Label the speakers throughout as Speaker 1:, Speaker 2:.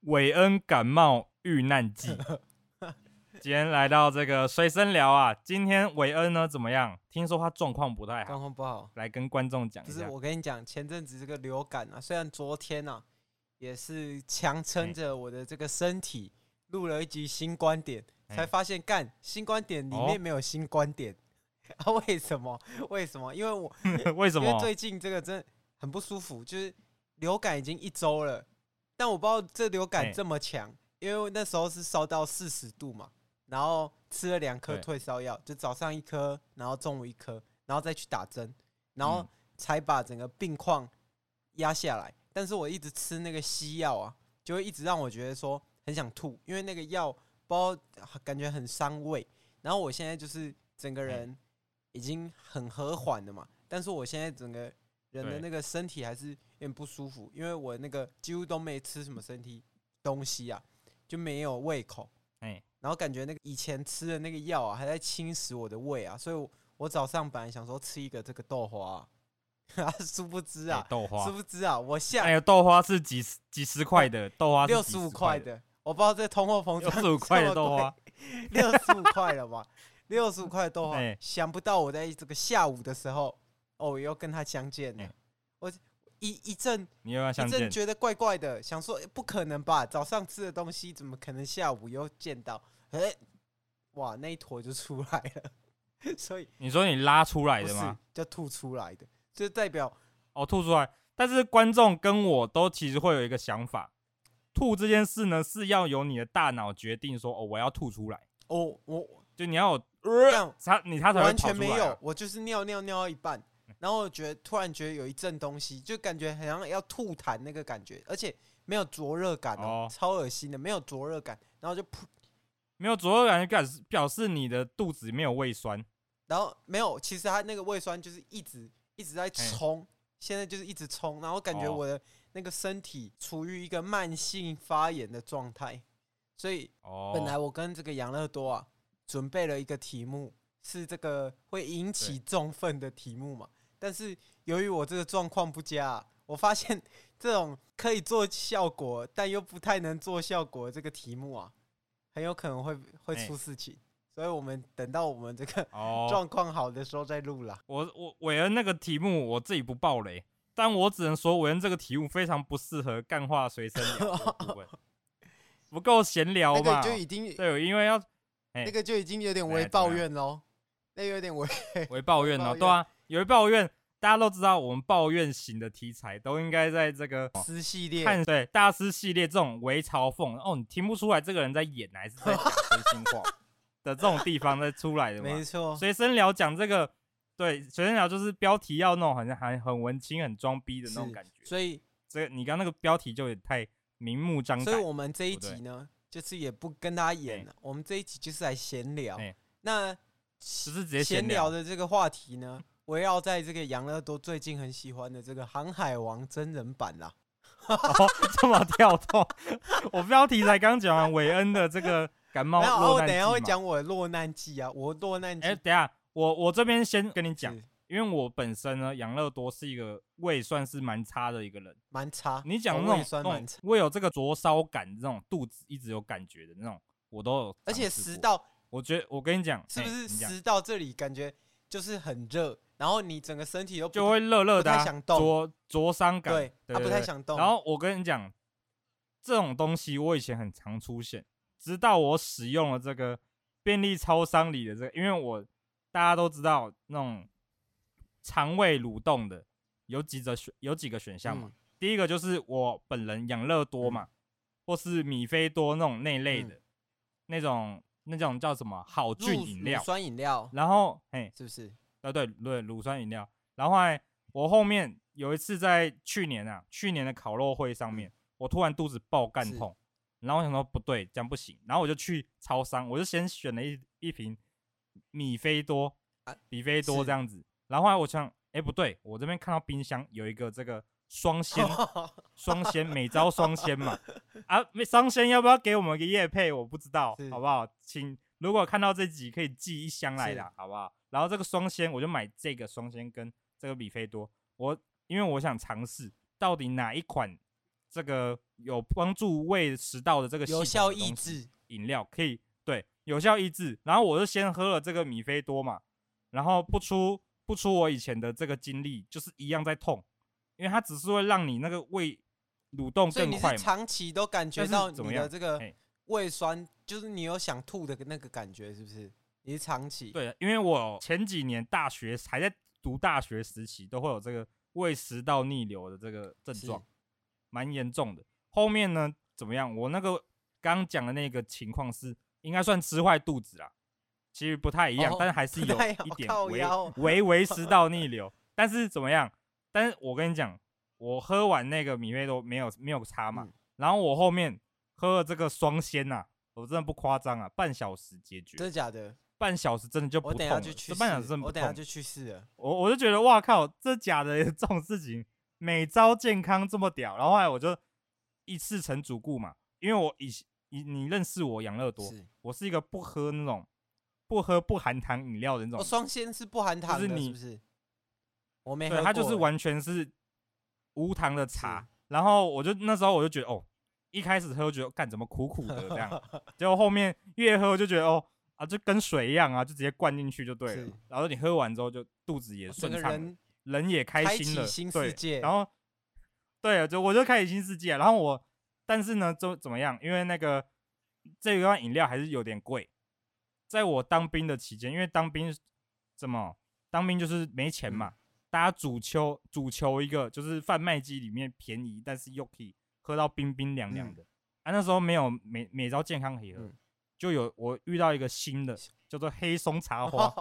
Speaker 1: 韦恩感冒遇难 记。今天来到这个随身聊啊，今天韦恩呢怎么样？听说他状况不太好，
Speaker 2: 状况不好。
Speaker 1: 来跟观众讲
Speaker 2: 就
Speaker 1: 一
Speaker 2: 是
Speaker 1: 下。
Speaker 2: 我跟你讲，前阵子这个流感啊，虽然昨天啊也是强
Speaker 1: 嗯
Speaker 2: 撑着我的这个身体录了一集新观点，
Speaker 1: 哎
Speaker 2: 才发现干新观点里
Speaker 1: 哦
Speaker 2: 面没有新观点 啊？为什么？为什么？因为我
Speaker 1: 为什
Speaker 2: 因为
Speaker 1: 么？
Speaker 2: 最近这个真的很不舒服，就是流感已经一周了，但我不知道这流
Speaker 1: 哎
Speaker 2: 感这么强，因为那时候是烧到四十度嘛，然后吃了两颗
Speaker 1: 对
Speaker 2: 退烧药，就早上一颗，然后中午一颗，然后再去打针，然后
Speaker 1: 嗯
Speaker 2: 才把整个病况压下来。但是我一直吃那个西药啊，就会一直让我觉得说很想吐，因为那个药包感觉很伤胃。然后我现在就是整
Speaker 1: 嗯
Speaker 2: 个人已经很和缓了嘛，但是我现在整个人的
Speaker 1: 对
Speaker 2: 那个身体还是有点不舒服，因为我那个几乎都没吃什么身体东西啊，就没有胃口。
Speaker 1: 哎，
Speaker 2: 然后感觉那个以前吃的那个药啊，还在侵蚀我的胃啊，所以我我早上本来想说吃一个这个豆花、啊， 殊不知
Speaker 1: 哎
Speaker 2: 啊，
Speaker 1: 豆
Speaker 2: 殊
Speaker 1: 花，
Speaker 2: 不知啊，我下
Speaker 1: 哎呦，豆花是几十几十块的豆花，
Speaker 2: 六十五块，的，我不知道这通货膨
Speaker 1: 六
Speaker 2: 胀
Speaker 1: 十五 块的豆花，
Speaker 2: 六十五块了吧？六十五块的豆花
Speaker 1: 哎，
Speaker 2: 想不到我在这个下午的时候，哦，又跟他相见了
Speaker 1: 哎。
Speaker 2: 我一一阵
Speaker 1: 你有没有相
Speaker 2: 一阵
Speaker 1: 见？
Speaker 2: 觉得怪怪的，想说、诶哎不可能吧？早上吃的东西怎么可能下午又见到？哎、哇，那一坨就出来了， 所以
Speaker 1: 你说你拉出来
Speaker 2: 不
Speaker 1: 的
Speaker 2: 是
Speaker 1: 吗？
Speaker 2: 就吐出来的，就代表
Speaker 1: 哦，吐出来。但是观众跟我都其实会有一个想法，吐这件事呢是要由你的大脑决定说，哦，我要吐出来，
Speaker 2: 哦，我
Speaker 1: 就你要有、呃、
Speaker 2: 但
Speaker 1: 它你它才会
Speaker 2: 完
Speaker 1: 跑
Speaker 2: 全
Speaker 1: 出
Speaker 2: 没
Speaker 1: 来
Speaker 2: 有
Speaker 1: 啊。，
Speaker 2: 我就是尿尿尿到一半，然后我觉得突然觉得有一阵东西，就感觉好像要吐痰那个感觉，而且没有灼热感哦，
Speaker 1: 哦
Speaker 2: 超恶心的，没有灼热感，然后就噗，
Speaker 1: 没有灼热感，表示表示你的肚子没有胃酸。
Speaker 2: 然后没有，其实它那个胃酸就是一直一直在冲，现在就是一直冲，然后感觉
Speaker 1: 哦
Speaker 2: 我的那个身体处于一个慢性发炎的状态，所以
Speaker 1: 哦，
Speaker 2: 本来我跟这个养乐多啊准备了一个题目，是这个会引起众愤的题目嘛。但是由于我这个状况不佳啊、我发现这种可以做效果但又不太能做效果的这个题目啊，很有可能会会
Speaker 1: 哎
Speaker 2: 出事情。所以我们等到我们这个
Speaker 1: 哦，
Speaker 2: 状况好的时候再录啦。
Speaker 1: 我我韦恩那个题目我自己不爆雷，但我只能说韦恩这个题目非常不适合干话随身聊的部 分，不够闲聊
Speaker 2: 那
Speaker 1: 吧
Speaker 2: 个？就已经
Speaker 1: 哦对，因为要哎
Speaker 2: 那个就已经有点
Speaker 1: 哎
Speaker 2: 为
Speaker 1: 怎么
Speaker 2: 抱
Speaker 1: 样
Speaker 2: 怨喽，那个有点为
Speaker 1: 为抱怨哦，
Speaker 2: 抱怨
Speaker 1: 对啊，有一抱怨，大家都知道，我们抱怨型的题材都应该在这个
Speaker 2: 私系列
Speaker 1: 看对大师系列这种微嘲讽哦，你听不出来这个人在演还是在讲真心话的这种地方再出来的
Speaker 2: 没
Speaker 1: 嘛。
Speaker 2: 错，
Speaker 1: 随身聊讲这个，对，随身聊就是标题要弄好像还很文青、很装逼的那种
Speaker 2: 是
Speaker 1: 感觉。
Speaker 2: 所以
Speaker 1: 这个你刚刚那个标题就有点太明目张
Speaker 2: 所以
Speaker 1: 胆，
Speaker 2: 我们这一
Speaker 1: 对
Speaker 2: 集呢，就是也不跟大家演
Speaker 1: 哎
Speaker 2: 了，我们这一集就是来闲聊
Speaker 1: 哎。
Speaker 2: 那
Speaker 1: 只是直接
Speaker 2: 闲
Speaker 1: 闲
Speaker 2: 聊。的这个话题呢，围绕在这个杨乐多最近很喜欢的这个《航海王》真人版啦。
Speaker 1: 哦，这么跳动，我标题才刚讲完韦恩的这个感冒
Speaker 2: 没有，哦
Speaker 1: 落
Speaker 2: 我
Speaker 1: 难记
Speaker 2: 等一下会
Speaker 1: 嘛
Speaker 2: 讲我的落难记啊，我落难记
Speaker 1: 哎、等一下，我我这边先跟你讲
Speaker 2: 是，
Speaker 1: 因为我本身呢，养乐多是一个胃算是蛮差的一个人。
Speaker 2: 蛮差。
Speaker 1: 你讲
Speaker 2: 哦
Speaker 1: 那
Speaker 2: 胃
Speaker 1: 种
Speaker 2: 酸
Speaker 1: 那
Speaker 2: 蛮
Speaker 1: 种
Speaker 2: 差，
Speaker 1: 胃有这个灼烧感，这种肚子一直有感觉的那种，我都有。
Speaker 2: 而且食
Speaker 1: 道。
Speaker 2: 道
Speaker 1: 我觉得我跟你讲，
Speaker 2: 是不
Speaker 1: 哎
Speaker 2: 是
Speaker 1: 你讲
Speaker 2: 食道这里感觉就是很热，然后你整个身体都不
Speaker 1: 就会热热的、
Speaker 2: 不
Speaker 1: 啊
Speaker 2: 太想，动
Speaker 1: 灼灼伤感，
Speaker 2: 对，
Speaker 1: 对
Speaker 2: 他不太
Speaker 1: 对
Speaker 2: 想动。
Speaker 1: 然后我跟你讲，这种东西我以前很常出现，直到我使用了这个便利超商里的这个，因为我大家都知道那种肠胃蠕动的有几则选有几个选项嘛，
Speaker 2: 嗯
Speaker 1: 第一个就是我本人养乐多嘛，或是米菲多那种那
Speaker 2: 嗯
Speaker 1: 类的、那种那种叫什么好
Speaker 2: 乳
Speaker 1: 菌饮料
Speaker 2: 嗯乳，酸饮料
Speaker 1: 然后嘿
Speaker 2: 是不是？
Speaker 1: 啊，对对，乳酸饮料。然后后来我后面有一次在去年啊，去年的烤肉会上面，我突然肚子爆干
Speaker 2: 嗯是
Speaker 1: 痛，然后我想说不对，这样不行，然后我就去超商，我就先选了一一瓶米菲多
Speaker 2: 啊，
Speaker 1: 比菲多
Speaker 2: 是
Speaker 1: 这样子。然后后来我想，哎不对，我这边看到冰箱有一个这个
Speaker 2: 哦
Speaker 1: 双鲜双鲜每招双鲜嘛，啊，没双鲜要不要给我们个夜配？我不知道
Speaker 2: 是，
Speaker 1: 好不好？请如果看到这集可以寄一箱来
Speaker 2: 是
Speaker 1: 啦，好不好？然后这个双鲜我就买这个双鲜跟这个比菲多，我因为我想尝试到底哪一款这个有帮助胃食道的这个系统
Speaker 2: 有
Speaker 1: 的
Speaker 2: 效
Speaker 1: 东西
Speaker 2: 抑制，
Speaker 1: 饮料，可以对有效抑制。然后我是先喝了这个米菲多嘛，然后不出不出我以前的这个经历，就是一样在痛，因为它只是会让你那个胃蠕动
Speaker 2: 所以
Speaker 1: 更
Speaker 2: 你
Speaker 1: 快
Speaker 2: 是
Speaker 1: 嘛。
Speaker 2: 长期都感觉
Speaker 1: 但是
Speaker 2: 到
Speaker 1: 怎么
Speaker 2: 你的
Speaker 1: 样哎
Speaker 2: 这个
Speaker 1: 嘿
Speaker 2: 胃酸，就是你有想吐的那个感觉，是不是？你是长期，
Speaker 1: 对，因为我前几年大学还在读大学时期，都会有这个胃食道逆流的这个症
Speaker 2: 是
Speaker 1: 状，蛮严重的。后面呢怎么样？我那个刚讲的那个情况是应该算吃坏肚子啦，其实不太一样，
Speaker 2: 哦
Speaker 1: 但是还是
Speaker 2: 不
Speaker 1: 有
Speaker 2: 太
Speaker 1: 一
Speaker 2: 好
Speaker 1: 点
Speaker 2: 靠
Speaker 1: 微
Speaker 2: 腰哦
Speaker 1: 微微食道逆流。但是怎么样？但是我跟你讲，我喝完那个米菲都没有没有差嘛，
Speaker 2: 嗯
Speaker 1: 然后我后面喝了这个双鲜呐、我真的不夸张啊，半小时解决。
Speaker 2: 真的假的？
Speaker 1: 半小时真的就不
Speaker 2: 我
Speaker 1: 痛
Speaker 2: 等一
Speaker 1: 了，
Speaker 2: 下就去
Speaker 1: 这
Speaker 2: 试
Speaker 1: 半小时真，的
Speaker 2: 我
Speaker 1: 不
Speaker 2: 等一下
Speaker 1: 痛。
Speaker 2: 就去试了。
Speaker 1: 我我就觉得哇靠，这假的 这种事情，每招健康这么屌。然后后来我就一次成主顾嘛，因为我以你你认识我养乐多，
Speaker 2: 是，
Speaker 1: 我是一个不喝那种不喝不含糖饮料的那
Speaker 2: 哦，
Speaker 1: 种，
Speaker 2: 双鲜是不含糖的，
Speaker 1: 是你
Speaker 2: 是不是？我没喝
Speaker 1: 对，
Speaker 2: 过欸，
Speaker 1: 它就是完全是无糖的茶。然后我就那时候我就觉得哦，一开始喝觉得干怎么苦苦的这样， 结果后面越喝就觉得哦啊，就跟水一样啊，就直接灌进去就对了
Speaker 2: 是。哦
Speaker 1: 然后你喝完之后就肚子也
Speaker 2: 欸整
Speaker 1: 顺
Speaker 2: 个
Speaker 1: 畅了，
Speaker 2: 人
Speaker 1: 人也开
Speaker 2: 开
Speaker 1: 心
Speaker 2: 启
Speaker 1: 了，
Speaker 2: 新世
Speaker 1: 对，
Speaker 2: 界
Speaker 1: 然后对，就我就开启新世界。然后我但是呢，就怎么样？因为那个这一罐饮料还是有点贵，在我当兵的期间，因为当兵怎么当兵就是没钱嘛，大家主求主求一个就是贩卖机里面便宜，但是又可以喝到冰冰凉凉
Speaker 2: 嗯
Speaker 1: 的。啊，那时候没有每每招健康可以喝，
Speaker 2: 嗯
Speaker 1: 就有我遇到一个新的叫做黑松茶 花，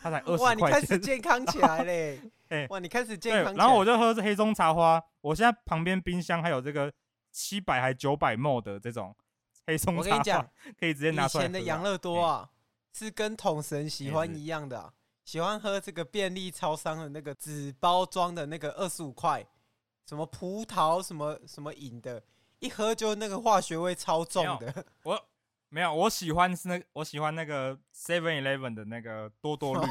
Speaker 1: 它才二
Speaker 2: 哦哇，
Speaker 1: 十
Speaker 2: 你
Speaker 1: 块
Speaker 2: 开
Speaker 1: 钱
Speaker 2: 始。健康起来嘞
Speaker 1: 哎！
Speaker 2: 哇，你开始健
Speaker 1: 对
Speaker 2: 康，起来。
Speaker 1: 然后我就喝这黑松茶花，我现在旁边冰箱还有这个七百还九百 ml 的这种黑松
Speaker 2: 我跟
Speaker 1: 茶
Speaker 2: 你
Speaker 1: 花
Speaker 2: 讲，，
Speaker 1: 可以直接拿
Speaker 2: 以
Speaker 1: 出来
Speaker 2: 前的
Speaker 1: 喝
Speaker 2: 养
Speaker 1: 啊。
Speaker 2: 乐多啊，是跟桶神喜欢
Speaker 1: 哎是
Speaker 2: 一样的啊、喜欢喝这个便利超商的那个纸包装的那个二十五块，什么葡萄什么什么饮的，一喝就那个化学味超重的。
Speaker 1: 我没有，我喜欢是那我喜欢那个 Seven Eleven 的那个多多 绿，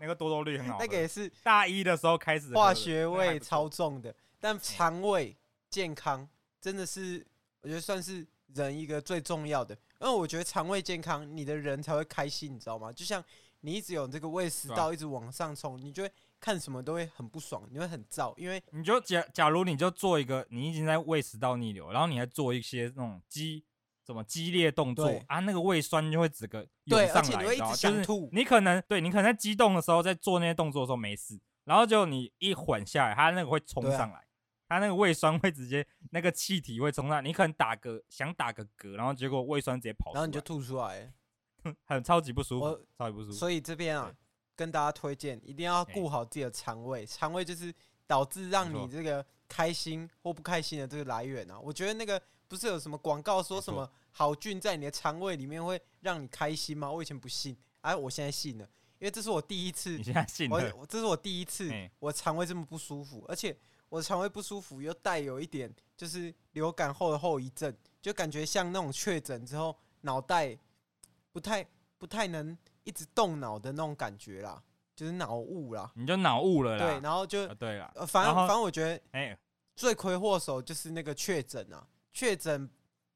Speaker 1: 那个多多绿很好喝。
Speaker 2: 那个也是
Speaker 1: 大一的时候开始喝的
Speaker 2: 化学
Speaker 1: 那个还
Speaker 2: 味
Speaker 1: 不错
Speaker 2: 超重的，但肠胃健康真的是，我觉得算是人一个最重要的。因为我觉得肠胃健康，你的人才会开心，你知道吗？就像你一直有这个胃食
Speaker 1: 对啊
Speaker 2: 道一直往上冲，你就会看什么都会很不爽，你会很燥，因为
Speaker 1: 你就假假如你就做一个，你已经在胃食道逆流，然后你还做一些那种激什么激烈动作
Speaker 2: 对
Speaker 1: 啊，那个胃酸就会整个涌
Speaker 2: 对
Speaker 1: 上来，
Speaker 2: 而且你会一直
Speaker 1: 知道吗
Speaker 2: 想
Speaker 1: 就是
Speaker 2: 吐
Speaker 1: 你可能对你可能在激动的时候，在做那些动作的时候没事，然后就你一缓下来，它那个会冲
Speaker 2: 对啊
Speaker 1: 上来，它那个胃酸会直接那个气体会冲上来，你可能打个想打个嗝，然后结果胃酸直接跑出来，
Speaker 2: 然后你就吐出来。
Speaker 1: 很超级不舒
Speaker 2: 我
Speaker 1: 服，超级不舒服。
Speaker 2: 所以这边啊
Speaker 1: 对，哎
Speaker 2: 跟大家推荐，一定要顾好自己的肠胃，肠胃就是导致让
Speaker 1: 没错
Speaker 2: 你这个开心或不开心的这个来源啊。我觉得那个不是有什么广告说
Speaker 1: 没错
Speaker 2: 什么好菌在你的肠胃里面会让你开心吗？我以前不信，哎、我现在信了，因为这是我第一次
Speaker 1: 你，现在信
Speaker 2: 我
Speaker 1: 了？
Speaker 2: 我这是我第一次
Speaker 1: 哎
Speaker 2: 我肠胃这么不舒服，而且我肠胃不舒服又带有一点就是流感后的后遗症，就感觉像那种确诊之后脑袋不太不太能一直动脑的那种感觉啦，就是脑雾啦。
Speaker 1: 你就脑雾了
Speaker 2: 对，
Speaker 1: 啦。
Speaker 2: 然后就
Speaker 1: 啊，对啦，
Speaker 2: 呃，反正
Speaker 1: 然后
Speaker 2: 反正我觉得
Speaker 1: 哎，
Speaker 2: 罪魁祸首就是那个确诊啊，确诊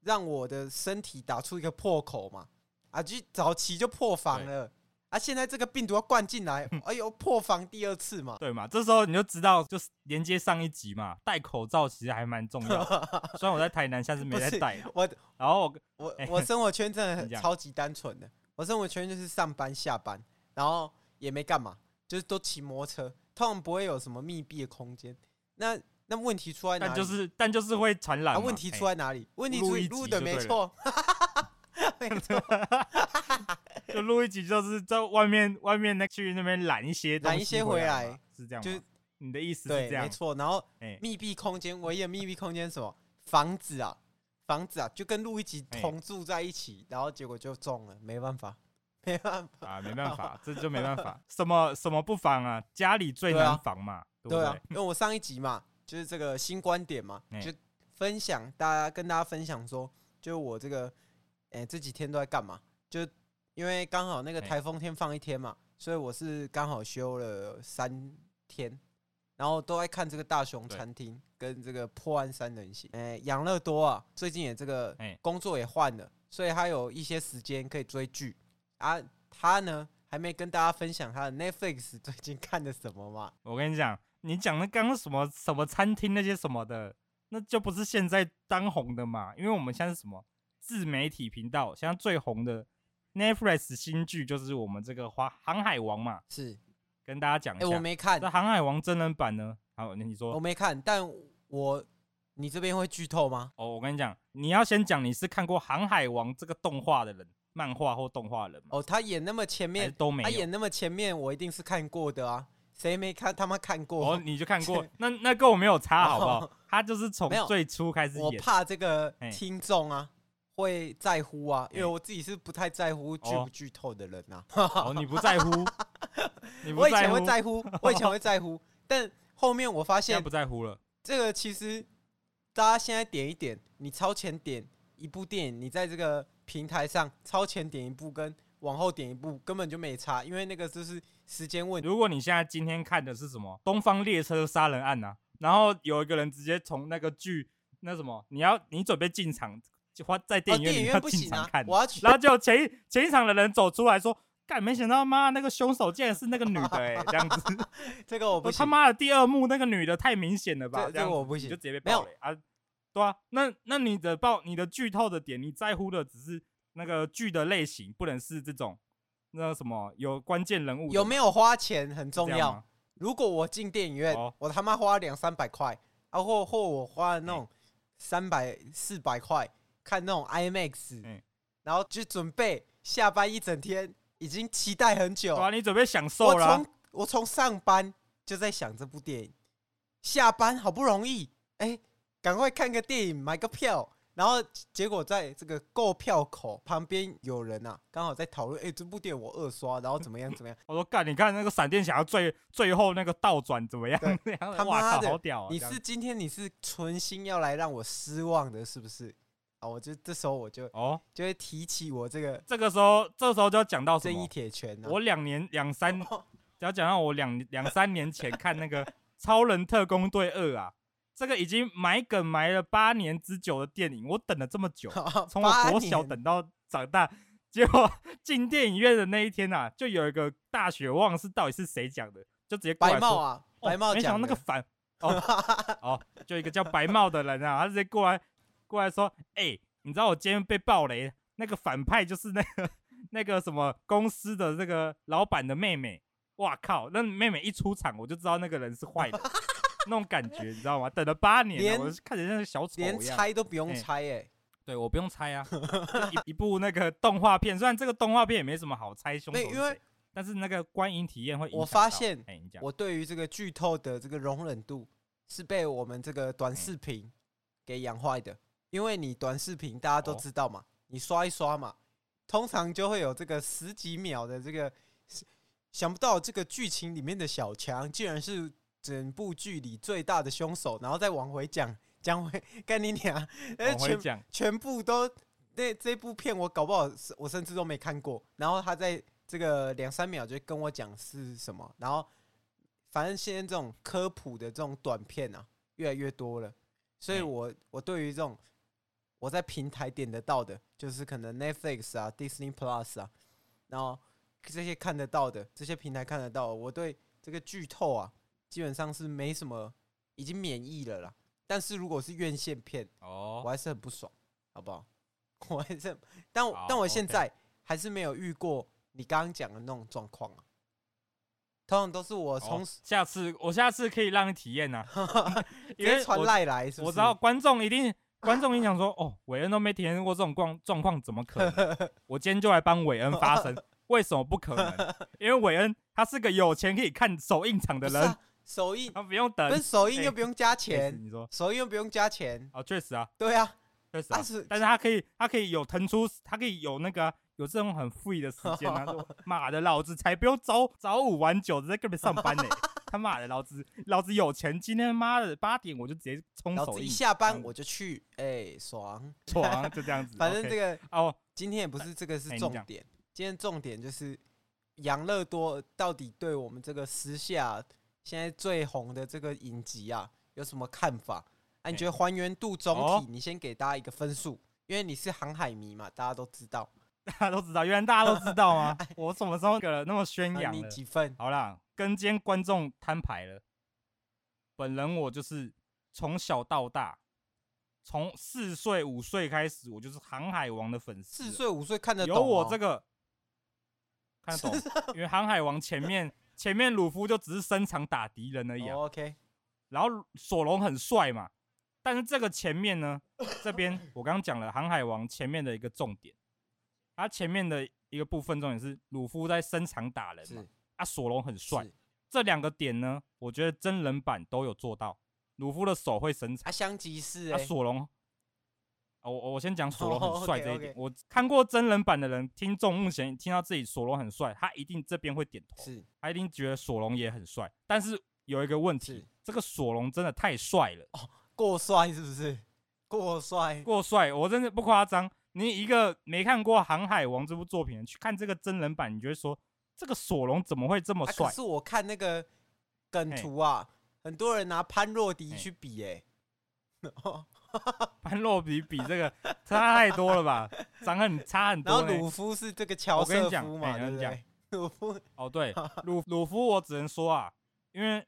Speaker 2: 让我的身体打出一个破口嘛，啊，就早期就破防了，啊，现在这个病毒要灌进 来，哎呦，破防第二次嘛，
Speaker 1: 对嘛，这时候你就知道，就是连接上一集嘛，戴口罩其实还蛮重要的。 虽然我在台南，下次没
Speaker 2: 不
Speaker 1: 在
Speaker 2: 是
Speaker 1: 戴。
Speaker 2: 我
Speaker 1: 然后我
Speaker 2: 我
Speaker 1: 哎
Speaker 2: 我生活圈真的
Speaker 1: 你
Speaker 2: 很
Speaker 1: 讲
Speaker 2: 超级单纯的，我生活圈就是上班下班，然后也没干嘛，就是都骑摩托车，通常不会有什么密闭的空间。那那问题出在哪
Speaker 1: 但
Speaker 2: 里？
Speaker 1: 就是但就是会传染
Speaker 2: 啊，
Speaker 1: 嘛。
Speaker 2: 问题出
Speaker 1: 哎
Speaker 2: 在哪里？问题
Speaker 1: 录
Speaker 2: 出
Speaker 1: 一
Speaker 2: 录
Speaker 1: 集
Speaker 2: 的
Speaker 1: 就
Speaker 2: 没
Speaker 1: 对了
Speaker 2: 错， 没错，
Speaker 1: 就录一集，就是在外面外面那去那边揽一些东
Speaker 2: 揽一
Speaker 1: 西
Speaker 2: 些回
Speaker 1: 来嘛
Speaker 2: 来，
Speaker 1: 是这样吗。
Speaker 2: 就是
Speaker 1: 你的意思是
Speaker 2: 对，
Speaker 1: 这
Speaker 2: 没
Speaker 1: 样？
Speaker 2: 错。然后
Speaker 1: 哎
Speaker 2: 密闭空间，唯一的密闭空间是什么？房子啊，房子啊，就跟路一起
Speaker 1: 哎
Speaker 2: 同住在一起，然后结果就中了，没办法，没办法。
Speaker 1: 啊，没办 法，这就没办法。什么什么不防啊？家里最
Speaker 2: 对啊
Speaker 1: 难防嘛，对不
Speaker 2: 对啊
Speaker 1: 对？，
Speaker 2: 因为我上一集 嘛，就是这个新观点嘛，
Speaker 1: 哎
Speaker 2: 就分享大家跟大家分享说，就是我这个，哎、这几天都在干嘛？就因为刚好那个
Speaker 1: 哎
Speaker 2: 台风天放一天嘛，所以我是刚好休了三天，然后都在看这个大熊
Speaker 1: 对
Speaker 2: 餐厅跟这个破案三人行。哎、养乐多啊，最近也这个
Speaker 1: 哎
Speaker 2: 工作也换了，所以他有一些时间可以追剧啊。他呢还没跟大家分享他的 Netflix 最近看的什么嘛？
Speaker 1: 我跟你讲，你讲的刚刚什么什么餐厅那些什么的，那就不是现在当红的嘛，因为我们现在是什么自媒体频道，现在最红的 Netflix 新剧就是我们这个《花航海王》嘛，
Speaker 2: 是，
Speaker 1: 跟大家讲
Speaker 2: 哎、
Speaker 1: 一下。
Speaker 2: 我没看
Speaker 1: 这《航海王》真人版呢？好，那你说
Speaker 2: 我没看，但我你这边会剧透吗？
Speaker 1: 哦，我跟你讲，你要先讲你是看过《航海王》这个动画的人，漫画或动画人吗？
Speaker 2: 哦，他演那么前
Speaker 1: 还
Speaker 2: 面
Speaker 1: 是，都没
Speaker 2: 他
Speaker 1: 有。
Speaker 2: 演那么前面，我一定是看过的啊，谁没看他妈看过？
Speaker 1: 哦，你就看 过，那那跟我没有差，好不好？
Speaker 2: 哦
Speaker 1: 他就是从
Speaker 2: 没有
Speaker 1: 最初开始
Speaker 2: 我
Speaker 1: 演，
Speaker 2: 怕这个
Speaker 1: 嘿
Speaker 2: 听众啊会在乎啊，因为
Speaker 1: 嘿
Speaker 2: 我自己是不太在乎剧
Speaker 1: 哦
Speaker 2: 不剧透的人啊。
Speaker 1: 哦，你不 在乎，你 不
Speaker 2: 我以
Speaker 1: 在
Speaker 2: 前
Speaker 1: 乎，
Speaker 2: 会在乎，我以前会在乎，但后面我发
Speaker 1: 现在
Speaker 2: 现
Speaker 1: 不在乎了。
Speaker 2: 这个其实大家现在点一点，你超前点一部电影，你在这个平台上超前点一部跟往后点一部根本就没差，因为那个就是时间问题。
Speaker 1: 如果你现在今天看的是什么《东方列车杀人案》呐，然后有一个人直接从那个剧那什么，你要你准备进场，就花在电
Speaker 2: 哦，
Speaker 1: 影院
Speaker 2: 电影
Speaker 1: 你
Speaker 2: 院
Speaker 1: 要
Speaker 2: 不
Speaker 1: 进
Speaker 2: 行
Speaker 1: 场
Speaker 2: 啊
Speaker 1: 看，，
Speaker 2: 我要去
Speaker 1: 然后就前一前一场的人走出来说：“干，没想到妈那个凶手竟然是那个女的哎、这样子，
Speaker 2: 这 个我不
Speaker 1: 我
Speaker 2: 行，
Speaker 1: 他妈的第二幕那个女的太明显了吧？”
Speaker 2: 这
Speaker 1: 这
Speaker 2: 这
Speaker 1: 样
Speaker 2: 个
Speaker 1: 子
Speaker 2: 我不
Speaker 1: 你就
Speaker 2: 行
Speaker 1: 直。接被
Speaker 2: 没有
Speaker 1: 爆雷啊！对啊，那那你的爆你的剧透的点，你在乎的只是那个剧的类型，不能是这种那什么有关键人物的
Speaker 2: 有
Speaker 1: 吗
Speaker 2: 没有花钱很重。
Speaker 1: 是这样
Speaker 2: 要
Speaker 1: 吗。
Speaker 2: 如果我进电影院，
Speaker 1: 哦
Speaker 2: 我他妈花两三百块，啊，或或我花了那种
Speaker 1: 哎
Speaker 2: 三百四百块看那种 IMAX，、
Speaker 1: 嗯
Speaker 2: 然后就准备下班一整天，已经期待很久。
Speaker 1: 对啊，你准备享受
Speaker 2: 我
Speaker 1: 啦
Speaker 2: 从。我从上班就在想这部电影，下班好不容易，哎、赶快看个电影，买个票。然后结果在这个购票口旁边有人啊，刚好在讨论，哎、这部电影我二刷，然后怎么样怎么样。
Speaker 1: 我说干，你看那个闪电侠最最后那个倒转怎么样？
Speaker 2: 对
Speaker 1: 那样
Speaker 2: 他
Speaker 1: 哇
Speaker 2: 妈
Speaker 1: 靠，
Speaker 2: 的
Speaker 1: 好屌啊！
Speaker 2: 你
Speaker 1: 这样
Speaker 2: 是今天你是存心要来让我失望的，是不是？啊，我就这时候我就
Speaker 1: 哦，
Speaker 2: 就会提起我这个
Speaker 1: 这个时候这时候就要讲到什
Speaker 2: 正义
Speaker 1: 么？
Speaker 2: 铁拳啊，
Speaker 1: 我两年两 三只要讲到我两两三年前看那个《超人特工队二》啊，这个已经埋梗埋了八年之久的电影，我等了这么久，从我
Speaker 2: 哦八
Speaker 1: 国
Speaker 2: 年
Speaker 1: 小等到长大，结果进电影院的那一天啊，就有一个大学忘了是到底是谁讲的，就直接过
Speaker 2: 白
Speaker 1: 来
Speaker 2: 帽
Speaker 1: 说，
Speaker 2: 啊，
Speaker 1: 哦
Speaker 2: 白帽
Speaker 1: 没想到那
Speaker 2: 讲
Speaker 1: 个
Speaker 2: 的，
Speaker 1: 反 哦哦，就一个叫白帽的人啊，他直接过来过来说，哎、你知道我今天被爆雷，那个反派就是那个 那个什么公司的那个老板的妹妹，哇靠，那妹妹一出场我就知道那个人是坏的，那种感觉你知道吗？等了八年
Speaker 2: 连
Speaker 1: 了，我看起来像个小丑
Speaker 2: 连
Speaker 1: 一样。
Speaker 2: 猜都不用
Speaker 1: 哎
Speaker 2: 猜、哎、
Speaker 1: 对，我不用猜啊，就一 一部那个动画片，虽然这个动画片也没什么好猜凶手
Speaker 2: 没
Speaker 1: 是
Speaker 2: 因为
Speaker 1: 谁，但是那个观影体验会影响到。
Speaker 2: 我发现
Speaker 1: 哎，你讲，
Speaker 2: 我对于这个剧透的这个容忍度是被我们这个短视频给养坏的，因为你短视频大家都
Speaker 1: 哦
Speaker 2: 知道嘛，你刷一刷嘛，通常就会有这个十几秒的这个，想不到这个剧情里面的小强竟然是整部剧里最大的凶手，然后再往回讲，讲回干你娘，呃，
Speaker 1: 我会
Speaker 2: 全
Speaker 1: 讲，
Speaker 2: 全部都那这部片我搞不好是我甚至都没看过，然后他在这个两三秒就跟我讲是什么，然后反正现在这种科普的这种短片啊越来越多了，所以
Speaker 1: 嗯
Speaker 2: 我我对于这种我在平台点得到的，就是可能 Netflix 啊、Disney Plus 啊，然后这些看得到的这些平台看得到的，我对这个剧透啊基本上是没什么已经免疫了啦。但是如果是院线片，
Speaker 1: 哦
Speaker 2: 我，还是很不爽，好不好？ 我还是，但我
Speaker 1: 好
Speaker 2: 但我
Speaker 1: OK
Speaker 2: 现在还是没有遇过你刚刚讲的那种状况啊。通常都是我从、
Speaker 1: 哦下次我下次可以让你体验 呐、
Speaker 2: 直
Speaker 1: 因为
Speaker 2: 接传
Speaker 1: 我
Speaker 2: 赖来是不是，
Speaker 1: 我知道观众一定观众一定想说，哦，韦恩都没体验过这种状状况，怎么可 能？我今天就来帮韦恩发声，为什么不可能？因为韦恩他是个有钱可以看首映场
Speaker 2: 不
Speaker 1: 的
Speaker 2: 是
Speaker 1: 人，
Speaker 2: 啊，首映
Speaker 1: 他不用等
Speaker 2: 不。是首映
Speaker 1: 哎
Speaker 2: 又不用加
Speaker 1: 确实
Speaker 2: 钱，
Speaker 1: 你说
Speaker 2: 首映又不用加钱，
Speaker 1: 哦，确实啊，
Speaker 2: 对啊，
Speaker 1: 确实啊
Speaker 2: 但，是
Speaker 1: 但是他可以他可以有腾出，他可以有那个啊、有这种很 free 的时间 啊！说妈的，老子才不用早早五晚九的在根本上班呢、他妈的，老子老子有钱，今天妈的八点我就直接冲
Speaker 2: 老
Speaker 1: 首
Speaker 2: 子一
Speaker 1: 映，
Speaker 2: 下班
Speaker 1: 嗯
Speaker 2: 我就去，哎、爽。
Speaker 1: 错啊，就这样子。
Speaker 2: 反正
Speaker 1: OK
Speaker 2: 这个
Speaker 1: 哦，
Speaker 2: 今天也不是这个
Speaker 1: 哎
Speaker 2: 是
Speaker 1: 你
Speaker 2: 重
Speaker 1: 讲
Speaker 2: 点，今天重点就是养乐多到底对我们这个时下现在最红的这个影集啊，有什么看法？啊，你
Speaker 1: 嘿
Speaker 2: 觉得还原度总体，
Speaker 1: 哎哦
Speaker 2: 你先给大家一个分数，因为你是航海迷嘛，大家都知道。
Speaker 1: 大家都知道，原来大家都知道 吗？我什么时候给了那么宣
Speaker 2: 啊、
Speaker 1: 扬
Speaker 2: 你
Speaker 1: 了？
Speaker 2: 几分？
Speaker 1: 好啦，跟今天观众摊牌了。本人我就是从小到大，从四岁五岁开始，我就是航海王的粉丝了。啊
Speaker 2: 四岁五岁看得懂、哦
Speaker 1: 有我这
Speaker 2: 个，
Speaker 1: 个看得懂，因为航海王前面前面鲁夫就只是伸长打敌人而已啊，
Speaker 2: 哦、OK，
Speaker 1: 然后索隆很帅嘛，但是这个前面呢，这边 我刚刚讲了航海王前面的一个重点，它前面的一个部分重点是鲁夫在伸长打人嘛
Speaker 2: 是，
Speaker 1: 啊索隆很帅
Speaker 2: 是，
Speaker 1: 这两个点呢，我觉得真人版都有做到，鲁夫的手会伸长。
Speaker 2: 啊，香吉士
Speaker 1: 啊，
Speaker 2: 哎、
Speaker 1: 索隆，啊，我我先讲索隆很帅这一点。
Speaker 2: 哦，OK，OK
Speaker 1: 我看过真人版的人，听众目前听到自己索隆很帅，他一定这边会点头，
Speaker 2: 是
Speaker 1: 他一定觉得索隆也很帅。但是有一个问题
Speaker 2: 是，哦
Speaker 1: 这个索隆真的太帅了，
Speaker 2: 过帅是不是？过帅
Speaker 1: 过帅，我真的不夸张。你一个没看过《航海王》这部作品的人去看这个真人版，你就会说这个索隆怎么会这么
Speaker 2: 啊！
Speaker 1: 帅
Speaker 2: 可？是我看那个梗图啊，很多人拿潘若迪去比、 欸，
Speaker 1: 潘洛比比这个差太多了吧？长很差很
Speaker 2: 然
Speaker 1: 多
Speaker 2: 后
Speaker 1: 呢、
Speaker 2: 鲁夫是这个乔
Speaker 1: 我跟
Speaker 2: 瑟
Speaker 1: 你讲
Speaker 2: 夫
Speaker 1: 哎
Speaker 2: 嘛，对
Speaker 1: 跟
Speaker 2: 不
Speaker 1: 你讲
Speaker 2: 对？ 鲁夫
Speaker 1: 哦，对，鲁鲁夫，我只能说啊，因为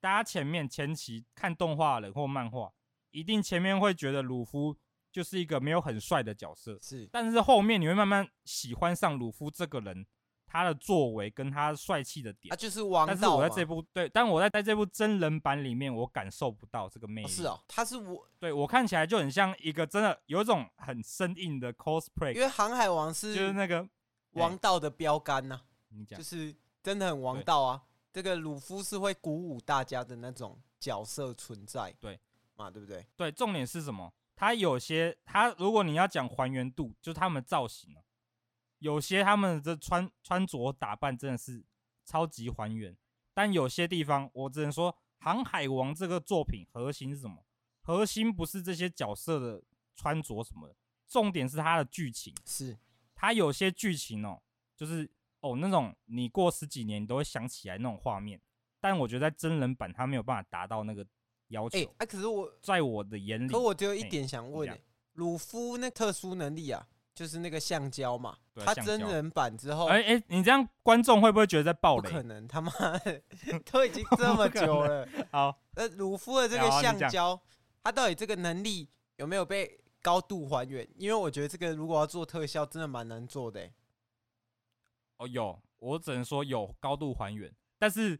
Speaker 1: 大家前面前期看动画人或漫画，一定前面会觉得鲁夫就是一个没有很帅的角色，
Speaker 2: 是
Speaker 1: 但是后面你会慢慢喜欢上鲁夫这个人，他的作为跟他帅气的点。
Speaker 2: 啊，就是王
Speaker 1: 但是
Speaker 2: 道
Speaker 1: 我
Speaker 2: 嘛。
Speaker 1: 在这部对，但我在在这部真人版里面，我感受不到这个魅力。
Speaker 2: 哦是哦，他是我，
Speaker 1: 对我看起来就很像一个真的有一种很生硬的 cosplay，
Speaker 2: 因为航海王
Speaker 1: 就是
Speaker 2: 是
Speaker 1: 那个
Speaker 2: 王道的标杆呐、
Speaker 1: 你讲
Speaker 2: 就是真的很王道啊。这个鲁夫是会鼓舞大家的那种角色存在，
Speaker 1: 对
Speaker 2: 嘛，对不对？
Speaker 1: 对，重点是什么？它有些它如果你要讲还原度，就是他们造型啊，有些他们的穿穿着打扮真的是超级还原，但有些地方我只能说，《航海王》这个作品核心是什么？核心不是这些角色的穿着什么的，重点是它的剧情。
Speaker 2: 是
Speaker 1: 它有些剧情哦，就是哦那种你过十几年你都会想起来那种画面，但我觉得在真人版它没有办法达到那个要求。
Speaker 2: 哎、啊，可是我
Speaker 1: 在我的眼里，
Speaker 2: 可我只有一
Speaker 1: 嘿
Speaker 2: 点想问、
Speaker 1: 讲
Speaker 2: 欸，鲁夫那特殊能力啊，就是那个橡胶嘛，
Speaker 1: 对
Speaker 2: 他
Speaker 1: 橡
Speaker 2: 真
Speaker 1: 胶
Speaker 2: 人版之后，
Speaker 1: 哎、哎、你这样观众会不会觉得在暴
Speaker 2: 哦不可
Speaker 1: 雷？
Speaker 2: 能，他妈 的都已经这么久了。
Speaker 1: 好，
Speaker 2: 那鲁夫的这个
Speaker 1: 好啊你
Speaker 2: 橡
Speaker 1: 讲
Speaker 2: 胶，他到底这个能力有没有被高度还原？因为我觉得这个如果要做特效，真的蛮难做的、欸。
Speaker 1: 哦有，我只能说有高度还原，但是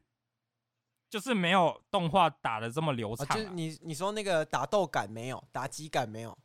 Speaker 1: 就是没有动画打的这么流
Speaker 2: 哦
Speaker 1: 畅、啊
Speaker 2: 就是你你说那个打斗感没有，打击感没有，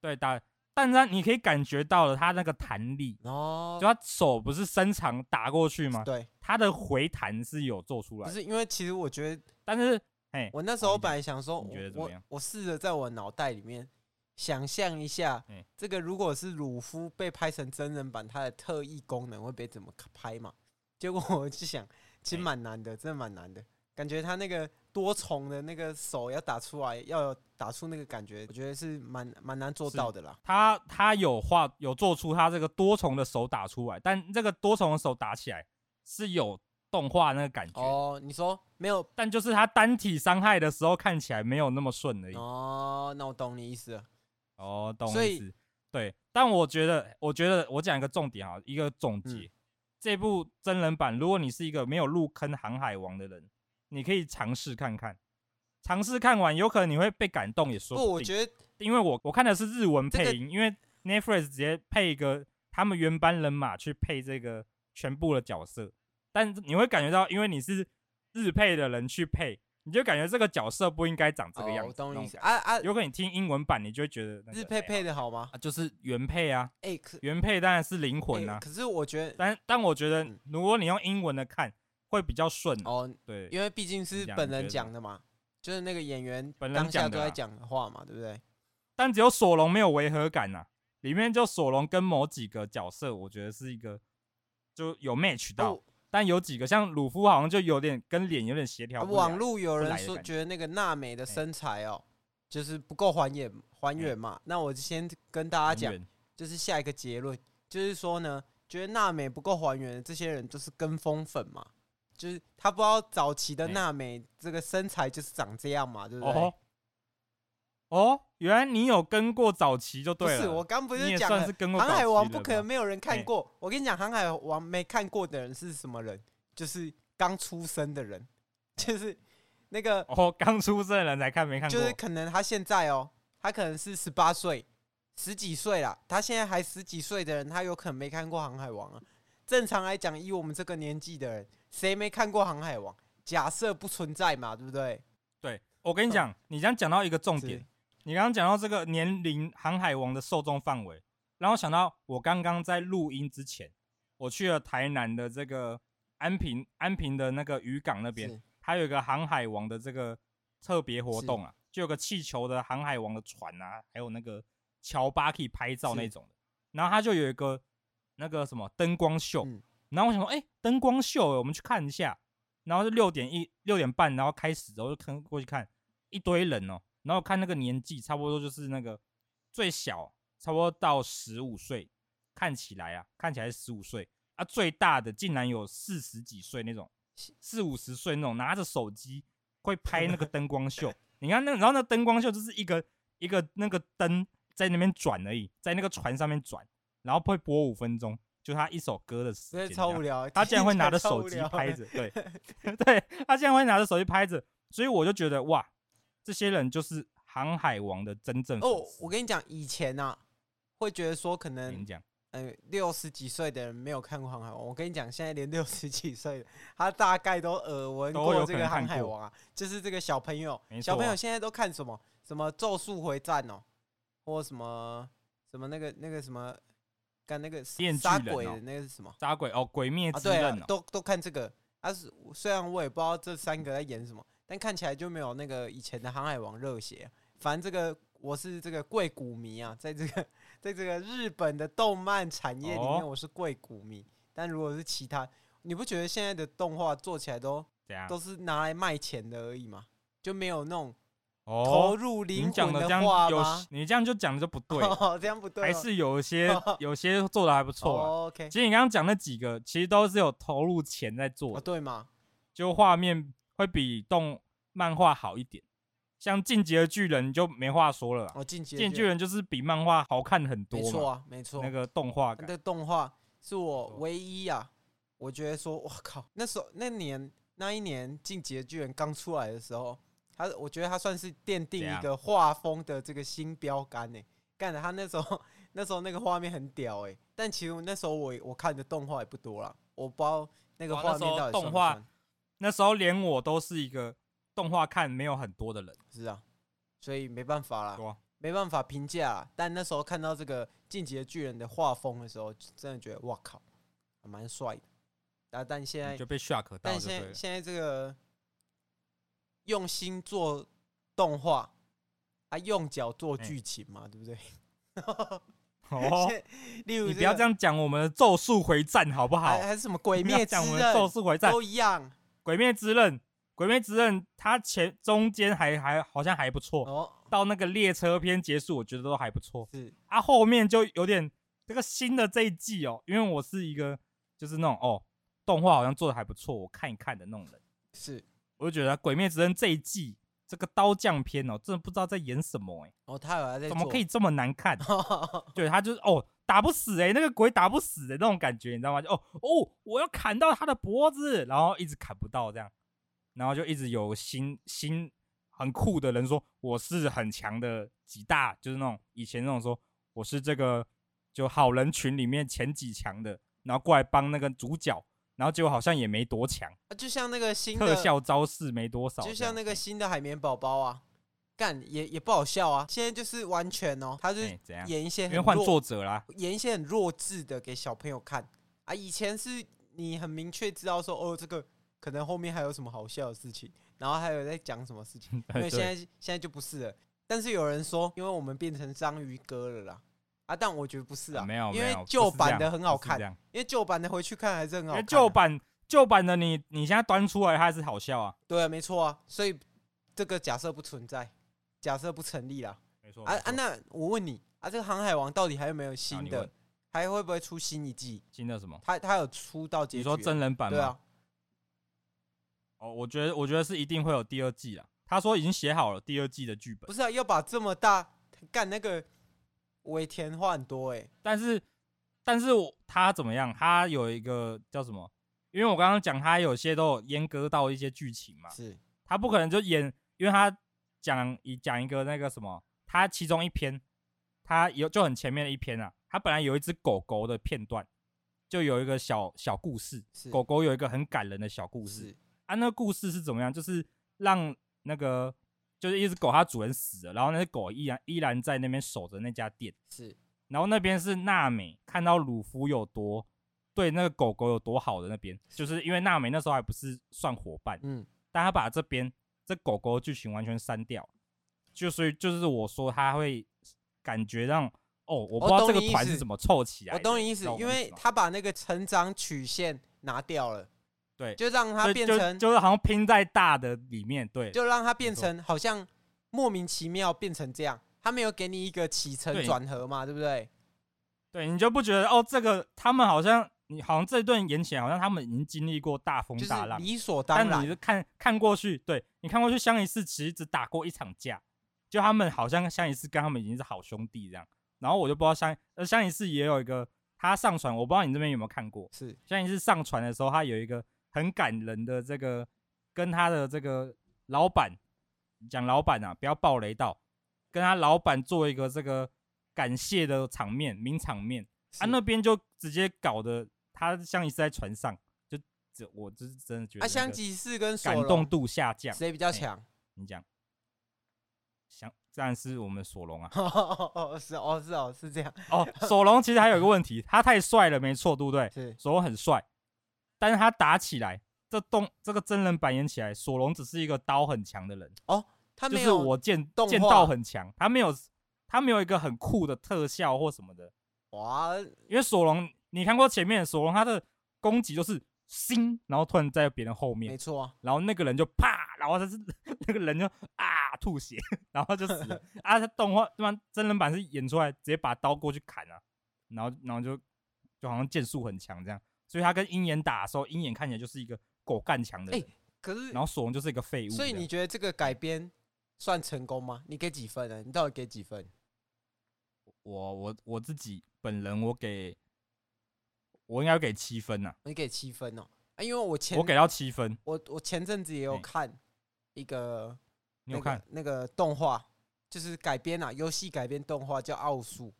Speaker 1: 对打，但是它你可以感觉到了它那个弹力，
Speaker 2: 哦
Speaker 1: 就，它手不是伸长打过去吗？
Speaker 2: 对，
Speaker 1: 它的回弹是有做出
Speaker 2: 不
Speaker 1: 来的，
Speaker 2: 是因为其实我觉得
Speaker 1: 但是哎，
Speaker 2: 我那时
Speaker 1: 好
Speaker 2: 候
Speaker 1: 你
Speaker 2: 本来想说，
Speaker 1: 你
Speaker 2: 我
Speaker 1: 觉得怎么
Speaker 2: 我
Speaker 1: 样
Speaker 2: 我试着在我脑袋里面想象一下
Speaker 1: 嗯，
Speaker 2: 这个如果是鲁夫被拍成真人版，它的特异功能会被怎么拍嘛？结果我就想，其实
Speaker 1: 哎
Speaker 2: 蛮难的，真的蛮难的。感觉他那个多重的那个手要打出来，要有打出那个感觉，我觉得是蛮蛮难做
Speaker 1: 是
Speaker 2: 到的啦。
Speaker 1: 他他有画有做出他这个多重的手打出来，但这个多重的手打起来是有动画那个感觉，
Speaker 2: 哦，你说没有？
Speaker 1: 但就是他单体伤害的时候看起来没有那么顺而已。
Speaker 2: 哦，那我懂你意思了。
Speaker 1: 哦，懂
Speaker 2: 所
Speaker 1: 意
Speaker 2: 以
Speaker 1: 思。对，但我觉得，我觉得我讲一个重点啊，一个总结。
Speaker 2: 嗯
Speaker 1: 这部真人版，如果你是一个没有入坑《航海王》的人，你可以尝试看看，尝试看完，有可能你会被感动，也说
Speaker 2: 不，我
Speaker 1: 定。
Speaker 2: 觉得
Speaker 1: 因为我我看的是日文
Speaker 2: 这个
Speaker 1: 配音，因为 Netflix 直接配一个他们原班人马去配这个全部的角色，但你会感觉到，因为你是日配的人去配，你就感觉这个角色不应该长这个
Speaker 2: 哦
Speaker 1: 样
Speaker 2: 我
Speaker 1: 子。
Speaker 2: 懂
Speaker 1: 那种
Speaker 2: 你意思
Speaker 1: 感觉
Speaker 2: 啊啊！
Speaker 1: 有可能你听英文版，你就会觉得、那个
Speaker 2: 日配
Speaker 1: 哎
Speaker 2: 配的好吗？
Speaker 1: 啊，就是原配啊，
Speaker 2: 哎，可
Speaker 1: 原配当然是灵
Speaker 2: 哎
Speaker 1: 魂啊。
Speaker 2: 可是我觉得
Speaker 1: 但但我觉得
Speaker 2: 嗯，
Speaker 1: 如果你用英文的看，会比较顺。
Speaker 2: 哦，
Speaker 1: 对，
Speaker 2: 因为毕竟是
Speaker 1: 你讲
Speaker 2: 本
Speaker 1: 你觉
Speaker 2: 人
Speaker 1: 得
Speaker 2: 讲的嘛，就是那个演员
Speaker 1: 本人
Speaker 2: 当下
Speaker 1: 讲的啊
Speaker 2: 都在
Speaker 1: 啦
Speaker 2: 讲的话嘛，对不对？
Speaker 1: 但只有索隆没有违和感呐、里面就索隆跟某几个角色，我觉得是一个就有 match 到，
Speaker 2: 哦
Speaker 1: 但有几个像鲁夫好像就有点跟脸有点协调不良
Speaker 2: 啊网络有
Speaker 1: 啊不
Speaker 2: 人
Speaker 1: 来的
Speaker 2: 说
Speaker 1: 感
Speaker 2: 觉得那个娜美的
Speaker 1: 哎
Speaker 2: 身材哦，就是不够还原还原嘛。那我就先跟大家
Speaker 1: 很
Speaker 2: 讲，
Speaker 1: 远
Speaker 2: 就是下一个结论，就是说呢，觉得娜美不够还原的这些人就是跟风粉嘛，就是他不知道早期的
Speaker 1: 哎
Speaker 2: 娜美这个身材就是长这样嘛，对不对
Speaker 1: 哦？哦，原来你有跟过早期就
Speaker 2: 不
Speaker 1: 对了。
Speaker 2: 是，我刚不
Speaker 1: 你也
Speaker 2: 是讲
Speaker 1: 算
Speaker 2: 了
Speaker 1: 是跟过
Speaker 2: 航
Speaker 1: 早期
Speaker 2: 海王不
Speaker 1: 的
Speaker 2: 可能
Speaker 1: 吧
Speaker 2: 没有人看
Speaker 1: 哎
Speaker 2: 过。我跟你讲，航海王没看过的人是什么人？就是刚出生的人，就是那个，
Speaker 1: 哦，刚出生的人才看没看过，
Speaker 2: 就是可能他现在哦，他可能是十八岁、十几岁啦，他现在还十几岁的人，他有可能没看过航海王啊。正常来讲，以我们这个年纪的人，谁没看过航海王？假设不存在嘛，对不对？
Speaker 1: 对我跟你讲，你刚讲到一个重
Speaker 2: 嗯是
Speaker 1: 点，你刚刚讲到这个年龄航海王的受众范围，让我想到我刚刚在录音之前，我去了台南的这个安平安平的那个渔港那边，
Speaker 2: 是
Speaker 1: 它有一个航海王的这个特别活动啊，就有个气球的航海王的船啊，还有那个乔巴可以拍照那
Speaker 2: 是
Speaker 1: 种的。然后它就有一个那个什么灯光秀，
Speaker 2: 嗯
Speaker 1: 然后我想说，哎、灯光秀、我们去看一下。然后是六点一六点半，然后开始，我就看过去看一堆人哦，然后看那个年纪，差不多就是那个最小，差不多到十五岁，看起来啊，看起来十五岁啊，最大的竟然有四十几岁那种，四五十岁那种，拿着手机会拍那个灯光秀。你看那，然后那灯光秀就是一个一个那个灯在那边转而已，在那个船上面转，然后会播五分钟，就他一首歌的时
Speaker 2: 所
Speaker 1: 间
Speaker 2: 以
Speaker 1: 这
Speaker 2: 超
Speaker 1: 样。
Speaker 2: 无聊。
Speaker 1: 他竟 然会拿着
Speaker 2: 听起来超
Speaker 1: 手
Speaker 2: 无
Speaker 1: 机
Speaker 2: 聊
Speaker 1: 拍着， 对对，他竟然会拿着手机拍着，所以我就觉得哇，这些人就是航海王的真正粉
Speaker 2: 哦，
Speaker 1: 丝
Speaker 2: 我跟你讲，以前啊，会觉得说可能
Speaker 1: 跟你讲，
Speaker 2: 呃，六十几岁的人没有看过《航海王》，我跟你讲，现在连六十几岁的他大概都耳闻
Speaker 1: 都
Speaker 2: 过
Speaker 1: 有
Speaker 2: 这
Speaker 1: 可
Speaker 2: 个《
Speaker 1: 能
Speaker 2: 航
Speaker 1: 看
Speaker 2: 海
Speaker 1: 过
Speaker 2: 王》啊，就是这个小朋友，
Speaker 1: 没
Speaker 2: 小朋
Speaker 1: 错
Speaker 2: 友
Speaker 1: 啊
Speaker 2: 现在都看什么什么《咒术回战》哦，或什么什么那个那个什么，干那个
Speaker 1: 电锯
Speaker 2: 杀
Speaker 1: 人
Speaker 2: 鬼
Speaker 1: 哦
Speaker 2: 的那个是什么
Speaker 1: 扎鬼哦，鬼 灭
Speaker 2: 啊？
Speaker 1: 之
Speaker 2: 对啊
Speaker 1: 刃，哦，
Speaker 2: 都都看这个。但是虽然我也不知道这三个在演什么，但看起来就没有那个以前的《航海王》热血啊、反正这个我是这个贵股迷啊，在这个 在这个日本的动漫产业里面，
Speaker 1: 哦
Speaker 2: 我是贵股迷。但如果是其他，你不觉得现在的动画做起来都
Speaker 1: 怎样？
Speaker 2: 都是拿来卖钱的而已吗？就没有那种投
Speaker 1: 哦，
Speaker 2: 入灵
Speaker 1: 你讲
Speaker 2: 魂
Speaker 1: 的这样
Speaker 2: 话
Speaker 1: 有
Speaker 2: 吗，？
Speaker 1: 你这样就讲的就不 对了，
Speaker 2: 哦，这样不对哦，
Speaker 1: 还是有一 些有些做的还不错啊。
Speaker 2: 哦 OK
Speaker 1: 其实你刚刚讲那几个，其实都是有投入钱在做
Speaker 2: 哦，
Speaker 1: 的，
Speaker 2: 对嘛？
Speaker 1: 就画面会比动漫画好一点。像《进击的巨人》就没话说了啦，
Speaker 2: 哦，进击
Speaker 1: 《
Speaker 2: 的
Speaker 1: 进击巨人》就是比漫画好看很多
Speaker 2: 没
Speaker 1: 嘛。
Speaker 2: 错啊，没错
Speaker 1: 那。个动画
Speaker 2: 那
Speaker 1: 感。
Speaker 2: 个动画是我
Speaker 1: 错
Speaker 2: 唯一啊，我觉得说，我靠，那时候那年那一年《进击的巨人》刚出来的时候，他我觉得他算是奠定
Speaker 1: 怎
Speaker 2: 一
Speaker 1: 样
Speaker 2: 个画风的这个新标杆呢、干的他那时候 那时候那个画面很屌哎、但其实我那时候我我看的动画也不多啦，我不知道那个
Speaker 1: 哇那
Speaker 2: 画
Speaker 1: 时候
Speaker 2: 面到底算
Speaker 1: 动
Speaker 2: 不
Speaker 1: 画
Speaker 2: 算
Speaker 1: 那时候连我都是一个动画看没有很多的人，
Speaker 2: 是啊，所以没办法啦，
Speaker 1: 对啊
Speaker 2: 没办法评价啦。但那时候看到这个《进击的巨人》的画风的时候，真的觉得哇靠，还蛮帅的。啊，但现
Speaker 1: 你
Speaker 2: 在
Speaker 1: 就被 shock 到
Speaker 2: 但
Speaker 1: 就对
Speaker 2: 现在
Speaker 1: 了。
Speaker 2: 现在这个用心做动画，啊，用脚做
Speaker 1: 哎
Speaker 2: 剧情嘛，对不对？
Speaker 1: 哦，
Speaker 2: 现在例如、
Speaker 1: 你不要这，样讲我们的《咒术回战》好不好
Speaker 2: 还？还是什么《鬼
Speaker 1: 你不
Speaker 2: 哎灭
Speaker 1: 要
Speaker 2: 之
Speaker 1: 讲我
Speaker 2: 刃
Speaker 1: 们的《咒》术回战》《
Speaker 2: 都一样
Speaker 1: 鬼灭之刃》《鬼灭之刃》，它前中间还还好像还不错，
Speaker 2: 哦，
Speaker 1: 到那个列车篇结束，我觉得都还不错。
Speaker 2: 是
Speaker 1: 啊，后面就有点这个新的这一季哦，因为我是一个就是那种哦动画好像做的还不错，我看一看的那种人。
Speaker 2: 是。
Speaker 1: 我就觉得《鬼灭之刃》这一季这个刀匠篇哦，真的不知道在演什么哎、
Speaker 2: 哦，他有还在
Speaker 1: 怎么
Speaker 2: 做？
Speaker 1: 可以？这么难看
Speaker 2: 哦
Speaker 1: 对他就是哦，打不死哎、那个鬼打不死欸的、那种感觉，你知道吗？就哦哦，我要砍到他的脖子，然后一直砍不到这样，然后就一直有新新很酷的人说我是很强的几大，就是那种以前那种说我是这个就好人群里面前几强的，然后过来帮那个主角，然后结果好像也没多强，
Speaker 2: 就像那个新
Speaker 1: 特
Speaker 2: 的
Speaker 1: 效招式没多少这
Speaker 2: 就
Speaker 1: 样，
Speaker 2: 像那个新的海绵宝宝啊，干也也不好笑啊。现在就是完全哦，他就
Speaker 1: 哎、
Speaker 2: 是
Speaker 1: 怎样？
Speaker 2: 演一些
Speaker 1: 因
Speaker 2: 很
Speaker 1: 为换
Speaker 2: 弱
Speaker 1: 作者啦，
Speaker 2: 演一些很弱智的给小朋友看啊。以前是你很明确知道说哦，这个可能后面还有什么好笑的事情，然后还有在讲什么事 情，因
Speaker 1: 对
Speaker 2: 为现在现在就不是了。但是有人说，因为我们变成章鱼哥了啦。啊，但我觉得不是啊，
Speaker 1: 没有，
Speaker 2: 因
Speaker 1: 没
Speaker 2: 为
Speaker 1: 有
Speaker 2: 旧
Speaker 1: 不是这
Speaker 2: 版
Speaker 1: 样
Speaker 2: 的很好
Speaker 1: 不是
Speaker 2: 看
Speaker 1: 这，样
Speaker 2: 因为旧版的回去看还是很好
Speaker 1: 因为
Speaker 2: 看啊。
Speaker 1: 旧版旧版的你，你现在端出来它还是好笑啊，
Speaker 2: 对啊，没错啊，所以这个假设不存在，假设不成立啦。
Speaker 1: 没错
Speaker 2: 啊
Speaker 1: 没
Speaker 2: 啊，
Speaker 1: 错
Speaker 2: 那我问你啊，这个《航海王》到底还有没有
Speaker 1: 哦啊
Speaker 2: 新
Speaker 1: 你
Speaker 2: 的
Speaker 1: 问？
Speaker 2: 还会不会出新一季？
Speaker 1: 新的什么？
Speaker 2: 他他有出到结
Speaker 1: 你
Speaker 2: 局
Speaker 1: 说
Speaker 2: 了？
Speaker 1: 真人版
Speaker 2: 对
Speaker 1: 吗？
Speaker 2: 啊，
Speaker 1: 哦，我觉得我觉得是一定会有第二季啦。他说已经写好了第二季的剧本
Speaker 2: 不，是啊，要把这么大干那个尾田话很多哎、
Speaker 1: 但是但是我他怎么样？他有一个叫什么？因为我刚刚讲他有些都有阉割到一些剧情嘛，
Speaker 2: 是
Speaker 1: 他不可能就演，因为他讲一讲一个那个什么，他其中一篇，他有就很前面的一篇啊，他本来有一只狗狗的片段，就有一个小小故事，
Speaker 2: 是
Speaker 1: 狗狗有一个很感人的小故事
Speaker 2: 是
Speaker 1: 啊，那个故事是怎么样？就是让那个就是一只狗，它主人死了，然后那只狗依然依然在那边守着那家店，
Speaker 2: 是
Speaker 1: 然后那边是娜美看到鲁夫有多对那个狗狗有多好的那边，就是因为娜美那时候还不是算伙伴，
Speaker 2: 嗯
Speaker 1: 但他把这边这狗狗剧情完全删掉，就所以就是我说他会感觉让哦，我不知道
Speaker 2: 懂
Speaker 1: 这个
Speaker 2: 你意
Speaker 1: 团
Speaker 2: 思
Speaker 1: 是怎么凑起来的，
Speaker 2: 我懂你意思
Speaker 1: 哎懂，我
Speaker 2: 因
Speaker 1: 意
Speaker 2: 为
Speaker 1: 思吗
Speaker 2: 他把那个成长曲线拿掉了，
Speaker 1: 对
Speaker 2: 就让
Speaker 1: 所
Speaker 2: 它
Speaker 1: 以
Speaker 2: 变
Speaker 1: 就
Speaker 2: 成就
Speaker 1: 就是好像拼在大的里面，对，
Speaker 2: 让它变
Speaker 1: 没错
Speaker 2: 成好像莫名其妙变成这样，他没有给你一个起承
Speaker 1: 对
Speaker 2: 转合嘛，对不对？
Speaker 1: 对你就不觉得哦，这个他们好像你好像这段演起来好像他们已经经历过大风
Speaker 2: 就是
Speaker 1: 大浪，
Speaker 2: 理所当
Speaker 1: 但你是
Speaker 2: 然，
Speaker 1: 看看过去，对你看过去，香一次其实只打过一场架，就他们好像香一次跟他们已经是好兄弟这样。然后我就不知道香呃香一次也有一个他上传，我不知道你这边有没有看过。
Speaker 2: 是
Speaker 1: 香一次上传的时候，他有一个很感人的这个跟他的这个老板讲老板啊，不要暴雷到，跟他老板做一个这个感谢的场面名场面。啊，
Speaker 2: 是
Speaker 1: 那边就直接搞得他像一次在船上，就这我就是真的觉得、
Speaker 2: 啊，香吉士跟索
Speaker 1: 感
Speaker 2: 隆
Speaker 1: 动度下降。
Speaker 2: 谁比较
Speaker 1: 哎
Speaker 2: 强？。
Speaker 1: 你讲，想当然是我们索隆啊
Speaker 2: 哦，是哦，是哦，是这样，
Speaker 1: 哦， 索隆其实还有一个问题，他太帅了，没错，对不对？
Speaker 2: 是
Speaker 1: 索隆很帅，但是他打起来，这动这个真人版演起来，索隆只是一个刀很强的人，
Speaker 2: 他
Speaker 1: 就
Speaker 2: 没
Speaker 1: 是
Speaker 2: 有
Speaker 1: 我剑
Speaker 2: 动
Speaker 1: 剑
Speaker 2: 画
Speaker 1: 道很强，他没有他没有一个很酷的特效或什么的。
Speaker 2: 哇，
Speaker 1: 因为索隆，你看过前面索隆他的攻击就是星，然后突然在别人后面
Speaker 2: 没，错啊，
Speaker 1: 然后那个人就啪，然后他是 那个人就啊吐血， 然后就死 了啊。他动画他妈真人版是演出来直接把刀过去砍啊，然后然后就就好像剑术很强这样，所以他跟鹰眼打的时候，鹰眼看起来就是一个狗干强的人，
Speaker 2: 哎可是
Speaker 1: 然后索隆就是一个废物这
Speaker 2: 所
Speaker 1: 样。
Speaker 2: 以你觉得这个改编算成功吗？你给几分啊呢？你到底给几分？
Speaker 1: 我我我自己本人我给我应该给七分啊呐、
Speaker 2: 你给七分哦、啊，因为我前
Speaker 1: 我给到七分，
Speaker 2: 我我前阵子也有
Speaker 1: 哎
Speaker 2: 看一个
Speaker 1: 你
Speaker 2: 那
Speaker 1: 有
Speaker 2: 个
Speaker 1: 看？
Speaker 2: 那个动画，就是改编啊，游戏改编动画叫《奥数》。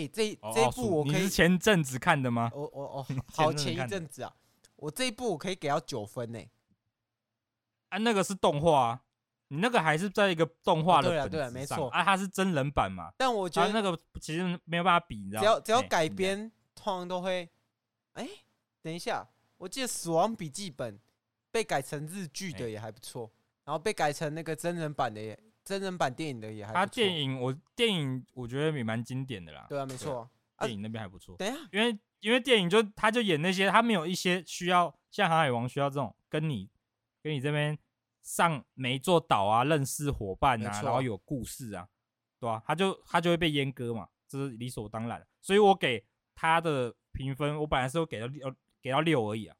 Speaker 2: 哎，这
Speaker 1: 哦
Speaker 2: 这一
Speaker 1: 奥数
Speaker 2: 部我
Speaker 1: 你
Speaker 2: 可以
Speaker 1: 是，前阵子看的吗？，
Speaker 2: 我我哦 好
Speaker 1: 前阵子
Speaker 2: 前一
Speaker 1: 看的
Speaker 2: 阵子啊，我这一部我可以给到九分呢、
Speaker 1: 啊，那个是动画、啊，你那个还是在一个动画的
Speaker 2: 哦对
Speaker 1: 本
Speaker 2: 啊
Speaker 1: 质上、
Speaker 2: 对啊没错
Speaker 1: 啊，它是真人版嘛，
Speaker 2: 但我觉
Speaker 1: 它
Speaker 2: 得
Speaker 1: 那个其实没有办法比，你知道
Speaker 2: 只
Speaker 1: 吗？
Speaker 2: 要只要
Speaker 1: 哎
Speaker 2: 改
Speaker 1: 怎么样
Speaker 2: 编，通常都会。哎、等一下，我记得《死亡笔记本》被改成日剧的
Speaker 1: 哎
Speaker 2: 也还不错，然后被改成那个真人版的也真人版电影的也还不
Speaker 1: 它
Speaker 2: 错。
Speaker 1: 电影，我电影我觉得也蛮经典的啦，
Speaker 2: 对啊，没错啊。
Speaker 1: 电影那边还不错，
Speaker 2: 等一下，
Speaker 1: 因为因为电影就他就演那些，他没有一些需要像《航海王》需要这种跟你跟你这边上每一座岛啊，认识伙伴
Speaker 2: 没
Speaker 1: 啊，
Speaker 2: 错
Speaker 1: 然后有故事啊，对啊，他就他就会被阉割嘛，这是理所当然的。所以我给他的评分，我本来是有给到六给到六而已啊，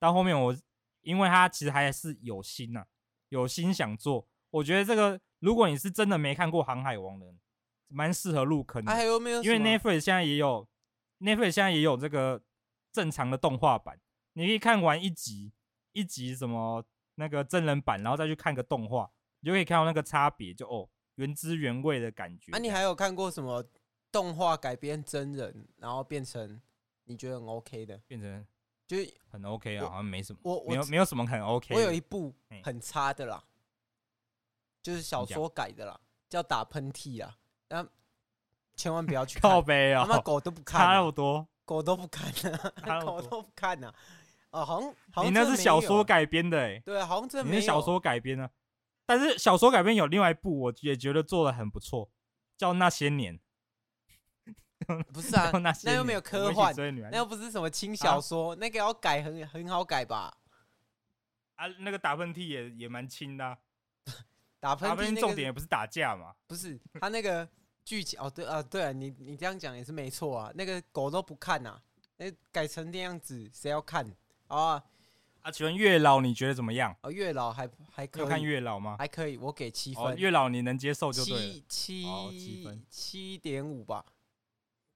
Speaker 1: 到后面我因为他其实还是有心呐、有心想做，我觉得这个如果你是真的没看过《航海王》的人，蛮适合入坑的。
Speaker 2: 啊还有没有
Speaker 1: 嗯
Speaker 2: 什
Speaker 1: 因
Speaker 2: 么？
Speaker 1: 为 Netflix 现在也有 Netflix 现在也有这个正常的动画版，你可以看完一集一集什么那个真人版，然后再去看个动画，你就可以看到那个差别，就哦原汁原味的感觉。
Speaker 2: 啊，你还有看过什么动画改编真人，然后变成你觉得很 OK 的？
Speaker 1: 变成
Speaker 2: 就是
Speaker 1: 很 OK 啊，
Speaker 2: 我
Speaker 1: 好像没什么，
Speaker 2: 我
Speaker 1: 没有
Speaker 2: 我
Speaker 1: 没有什么很 OK 的。
Speaker 2: 我有一部
Speaker 1: 嘿
Speaker 2: 很差的啦，就是小
Speaker 1: 你讲
Speaker 2: 说改的啦，叫打喷嚏啊，那千万不 要去看
Speaker 1: 靠。背
Speaker 2: 他
Speaker 1: 啊，
Speaker 2: 妈狗都不看
Speaker 1: 差
Speaker 2: 啊、
Speaker 1: 那么多。
Speaker 2: 狗都不看 啊，
Speaker 1: 差那么
Speaker 2: 狗
Speaker 1: 多
Speaker 2: 都不看呐、啊。哦，好像好
Speaker 1: 你
Speaker 2: 像
Speaker 1: 那
Speaker 2: 真的
Speaker 1: 是
Speaker 2: 没
Speaker 1: 小
Speaker 2: 有
Speaker 1: 说
Speaker 2: 欸，
Speaker 1: 改编的哎、
Speaker 2: 对，好像真的
Speaker 1: 你
Speaker 2: 没有
Speaker 1: 是小说改编的、但是小说改编有另外一部，我也觉得做的很不错，叫《那些年》。
Speaker 2: 不是 啊
Speaker 1: 叫，那些
Speaker 2: 那又
Speaker 1: 年
Speaker 2: 没有科
Speaker 1: 我们一起
Speaker 2: 幻
Speaker 1: 追女孩
Speaker 2: 那又不是什么轻小说，那个要改很很好改吧？
Speaker 1: 啊，那个打喷嚏也也蛮轻的啊、
Speaker 2: 打喷
Speaker 1: 打
Speaker 2: 嚏
Speaker 1: 喷
Speaker 2: 那
Speaker 1: 嚏重
Speaker 2: 个
Speaker 1: 点也不是打架嘛，
Speaker 2: 不是他那个剧情哦，对啊，对啊，你你这样讲也是没错啊，那个狗都不看呐、那改成那样子谁要看啊？
Speaker 1: 啊，请问月老你觉得怎么样？
Speaker 2: 啊，月老还还
Speaker 1: 你有
Speaker 2: 可
Speaker 1: 看
Speaker 2: 以，
Speaker 1: 月老吗？
Speaker 2: 还可以，我给七
Speaker 1: 哦，
Speaker 2: 分，
Speaker 1: 月老你能接受就对了。
Speaker 2: 七七
Speaker 1: 哦七分
Speaker 2: 七点五吧，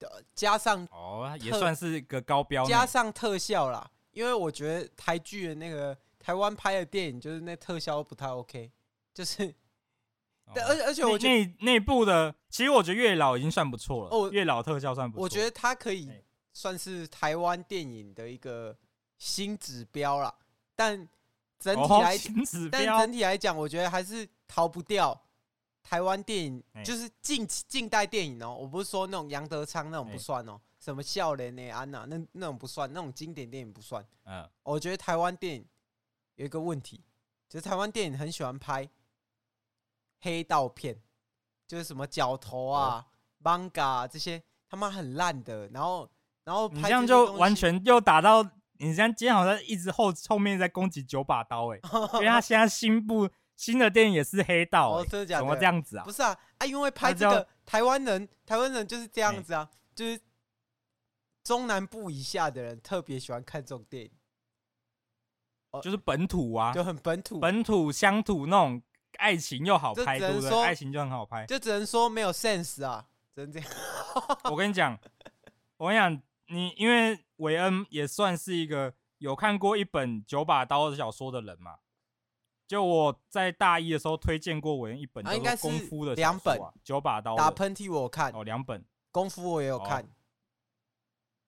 Speaker 2: 呃加上
Speaker 1: 哦，也
Speaker 2: 特
Speaker 1: 算是个高标呢。
Speaker 2: 加上特效啦，因为我觉得台剧的那个台湾拍的电影，就是那特效不太 OK，就是，
Speaker 1: 哦
Speaker 2: 但而且而且
Speaker 1: 内
Speaker 2: 我觉得
Speaker 1: 内内部的，其实我觉得月老已经算不错了。
Speaker 2: 哦
Speaker 1: 月老特效算不错。
Speaker 2: 我觉得它可以
Speaker 1: 哎
Speaker 2: 算是台湾电影的一个新指标啦，但整体
Speaker 1: 哦
Speaker 2: 来，
Speaker 1: 新指
Speaker 2: 但
Speaker 1: 标
Speaker 2: 整体来讲，我觉得还是逃不掉台湾电影，
Speaker 1: 哎
Speaker 2: 就是近近代电影哦。我不是说那种杨德昌那种不
Speaker 1: 哎
Speaker 2: 算哦，什么笑脸呢、安娜那那种不算，那种经典电影不算。
Speaker 1: 嗯，
Speaker 2: 哦我觉得台湾电影有一个问题，就是台湾电影很喜欢拍黑道片，就是什么角头
Speaker 1: 哦
Speaker 2: 啊、manga 啊这些他妈很烂的，然后然后
Speaker 1: 你
Speaker 2: 拍
Speaker 1: 这样
Speaker 2: 些
Speaker 1: 就
Speaker 2: 东西
Speaker 1: 完全又打到你这样，今天好像一直后后面在攻击九把 刀哎、因为他现在新部新的电影也是黑道、
Speaker 2: 哦，
Speaker 1: 欸，
Speaker 2: 真的假
Speaker 1: 怎么
Speaker 2: 的？
Speaker 1: 这样子啊
Speaker 2: 不？是啊啊，因为拍
Speaker 1: 那
Speaker 2: 这个
Speaker 1: 叫
Speaker 2: 台湾人，台湾人就是这样子啊，就是中南部以下的人特别喜欢看这种电影，
Speaker 1: 就是本土啊，
Speaker 2: 就很本土，
Speaker 1: 本土乡土那种爱情又好
Speaker 2: 这
Speaker 1: 拍，
Speaker 2: 只能
Speaker 1: 对不对？
Speaker 2: 说
Speaker 1: 爱情就很好拍。
Speaker 2: 就只能说没有 sense 啊，只能这样。
Speaker 1: 我跟你讲，我跟你讲，你因为韦恩也算是一个有看过一本九把刀的小说的人嘛。就我在大一的时候推荐过韦恩一本
Speaker 2: 啊
Speaker 1: 叫
Speaker 2: 应该
Speaker 1: 做《
Speaker 2: 是
Speaker 1: 功夫》的小
Speaker 2: 两本
Speaker 1: 说啊九把刀的
Speaker 2: 打喷嚏我有看，
Speaker 1: 哦，两本
Speaker 2: 功夫我也
Speaker 1: 哦
Speaker 2: 有看，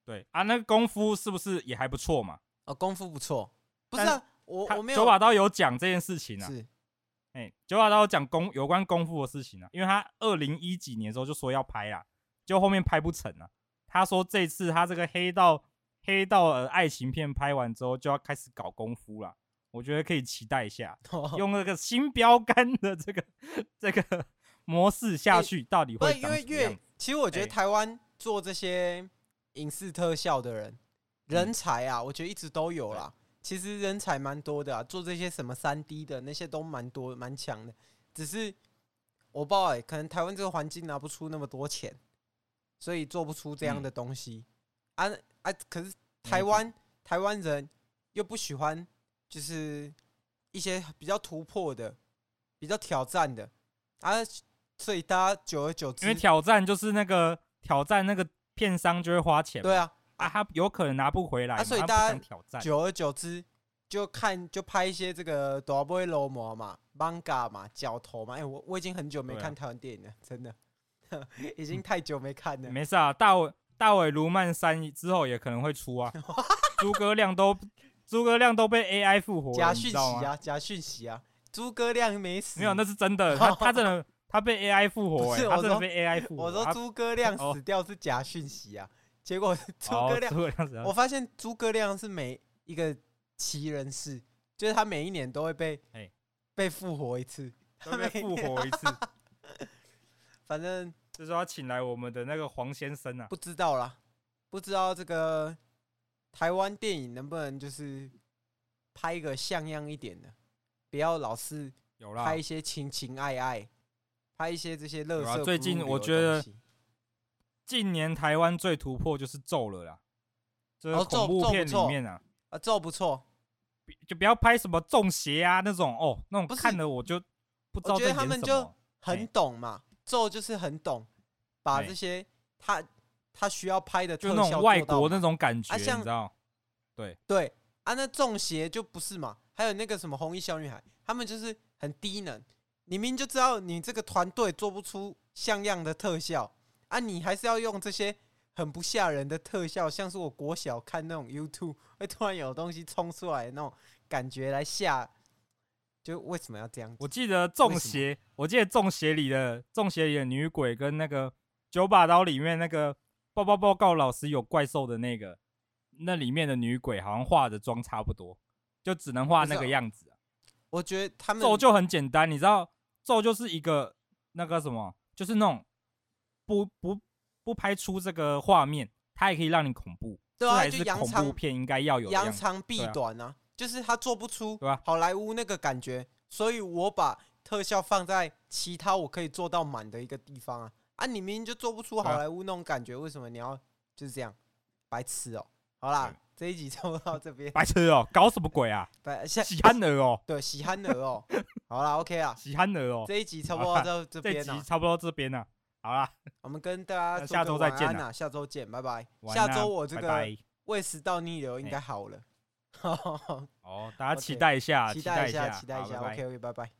Speaker 1: 对啊，那个功夫是不是也还不错嘛？
Speaker 2: 哦，功夫不错，不是
Speaker 1: 但
Speaker 2: 啊，我
Speaker 1: 他
Speaker 2: 我没有
Speaker 1: 九把刀有讲这件事情啊，
Speaker 2: 是
Speaker 1: 哎、九把刀有讲功有关功夫的事情啊，因为他二零一几年的时候就说要拍啦，就后面拍不成了。他说这次他这个黑道黑道呃爱情片拍完之后就要开始搞功夫啦，我觉得可以期待一下，
Speaker 2: 哦
Speaker 1: 用那个新标杆的这个这个 模式下去，到底
Speaker 2: 哎不
Speaker 1: 会
Speaker 2: 是因
Speaker 1: 长
Speaker 2: 为
Speaker 1: 什么样
Speaker 2: 越
Speaker 1: 子？
Speaker 2: 其实我觉得
Speaker 1: 哎
Speaker 2: 台湾做这些影视特效的人、
Speaker 1: 嗯
Speaker 2: 人才啊，我觉得一直都有啦。其实人才蛮多的啊，做这些什么三 D 的那些都蛮多蛮强的，只是我不知道、欸，可能台湾这个环境拿不出那么多钱，所以做不出
Speaker 1: 嗯
Speaker 2: 这样的东西。啊啊！可是台湾台湾人又不喜欢，就是一些比较突破的、比较挑战的啊，所以大家久而久之
Speaker 1: 因为，挑战就是那个挑战那个片商就会花钱嘛，
Speaker 2: 对啊，
Speaker 1: 啊，他有可能拿不回来嘛，
Speaker 2: 啊所以
Speaker 1: 他不
Speaker 2: 大家
Speaker 1: 想挑战，
Speaker 2: 久而久之就看就拍一些这个 double low 模嘛、manga 嘛、角头嘛。哎、我我已经很久没
Speaker 1: 对啊
Speaker 2: 看台湾电影了，真的，已经太久没看了。
Speaker 1: 没事啊，大伟大伟卢曼三之后也可能会出 啊，诸葛亮都诸葛亮都被 AI 复活
Speaker 2: 假
Speaker 1: 了，你
Speaker 2: 讯
Speaker 1: 知
Speaker 2: 息
Speaker 1: 道吗？
Speaker 2: 啊，假讯息啊，诸葛亮没死。
Speaker 1: 没有，那是真 的，他他真的他被 AI 复活、
Speaker 2: 不
Speaker 1: 欸，
Speaker 2: 是
Speaker 1: 他
Speaker 2: 我
Speaker 1: 真的
Speaker 2: 说
Speaker 1: 被 AI 复活。
Speaker 2: 我说
Speaker 1: 他
Speaker 2: 诸葛亮
Speaker 1: 哦
Speaker 2: 死掉是假讯息啊，结果诸葛亮
Speaker 1: 哦，诸葛亮怎
Speaker 2: 我
Speaker 1: 样？
Speaker 2: 发现诸葛亮是每一个奇人士，就是他每一年都会被
Speaker 1: 哎
Speaker 2: 被复活一次，
Speaker 1: 都被复活一次，
Speaker 2: 反正
Speaker 1: 就说要请来我们的那个黄先生啊，
Speaker 2: 不知道啦，不知道这个台湾电影能不能就是拍一个像样一点的，不要老是
Speaker 1: 有啦
Speaker 2: 拍，一些情情爱爱，拍一些这些乐
Speaker 1: 有啊
Speaker 2: 色。
Speaker 1: 最近我觉得近年台湾最突破就是咒了啦，就是
Speaker 2: 哦
Speaker 1: 恐
Speaker 2: 咒
Speaker 1: 怖
Speaker 2: 咒不
Speaker 1: 片里
Speaker 2: 错
Speaker 1: 面啊，
Speaker 2: 啊，这不错，
Speaker 1: 就不要拍什么中邪啊那种哦，那种
Speaker 2: 不是
Speaker 1: 看了我就不知道
Speaker 2: 我
Speaker 1: 在
Speaker 2: 觉得
Speaker 1: 演
Speaker 2: 他
Speaker 1: 什
Speaker 2: 们
Speaker 1: 么。
Speaker 2: 很
Speaker 1: 哎
Speaker 2: 懂嘛，咒就是很懂，把
Speaker 1: 哎
Speaker 2: 这些他他需要拍的特
Speaker 1: 就
Speaker 2: 效
Speaker 1: 那种外国那
Speaker 2: 种
Speaker 1: 种感觉，
Speaker 2: 啊
Speaker 1: 你
Speaker 2: 像
Speaker 1: 知道？
Speaker 2: 对啊，那中邪就不是嘛，还有那个什么红衣小女孩，他们就是很低能，你明明就知道你这个团队做不出像样的特效啊，你还是要用这些很不吓人的特效，像是我国小看那种 YouTube 会突然有东西冲出来的那种感觉来吓，就为什么要这样子？
Speaker 1: 我记得《中
Speaker 2: 为什么
Speaker 1: 邪》，我记得《中邪》里的《中邪》里的女鬼跟那个《九把刀》里面那个报报报告老师有怪兽的那个，那里面的女鬼好像画的妆差不多，就只能画
Speaker 2: 不是
Speaker 1: 那个
Speaker 2: 啊
Speaker 1: 样子、啊。
Speaker 2: 我觉得他们
Speaker 1: 咒就很简单，你知道，咒就是一个那个什么，就是那种不不不拍出这个画面，它也可以让你恐怖，
Speaker 2: 对
Speaker 1: 这
Speaker 2: 啊，
Speaker 1: 才
Speaker 2: 就是扬
Speaker 1: 恐
Speaker 2: 长
Speaker 1: 怖片应该要有的样
Speaker 2: 扬
Speaker 1: 子。
Speaker 2: 长避
Speaker 1: 对啊
Speaker 2: 短啊，就是他做不出
Speaker 1: 对啊
Speaker 2: 好莱坞那个感觉，所以我把特效放在其他我可以做到满的一个地方啊啊！你明明就做不出
Speaker 1: 对啊
Speaker 2: 好莱坞那种感觉，为什么你要就是这样白痴哦？好啦
Speaker 1: 对，
Speaker 2: 这一集差不多到这边。
Speaker 1: 白痴哦、搞什么鬼 啊？
Speaker 2: 拜，下
Speaker 1: 喜憨儿哦、
Speaker 2: 对喜憨儿哦，好啦 o k 啦，
Speaker 1: 喜憨儿哦、
Speaker 2: 这一集差不多到这
Speaker 1: 这
Speaker 2: 边啊
Speaker 1: 集
Speaker 2: 了，
Speaker 1: 差不多到这边了、好啦，
Speaker 2: 我们跟大家
Speaker 1: 呃
Speaker 2: 说
Speaker 1: 下
Speaker 2: 个
Speaker 1: 周再
Speaker 2: 晚
Speaker 1: 见
Speaker 2: 安
Speaker 1: 啦
Speaker 2: 啊，下周见，拜拜。
Speaker 1: 晚
Speaker 2: 下
Speaker 1: 安
Speaker 2: 周我这
Speaker 1: 拜
Speaker 2: 个
Speaker 1: 拜
Speaker 2: 胃食道逆 流应该好了，
Speaker 1: 哦，大家期
Speaker 2: OK，
Speaker 1: 待一下，
Speaker 2: 期
Speaker 1: 待
Speaker 2: 待一下，期待一
Speaker 1: 好
Speaker 2: 下
Speaker 1: 拜拜
Speaker 2: ，OK OK，拜拜。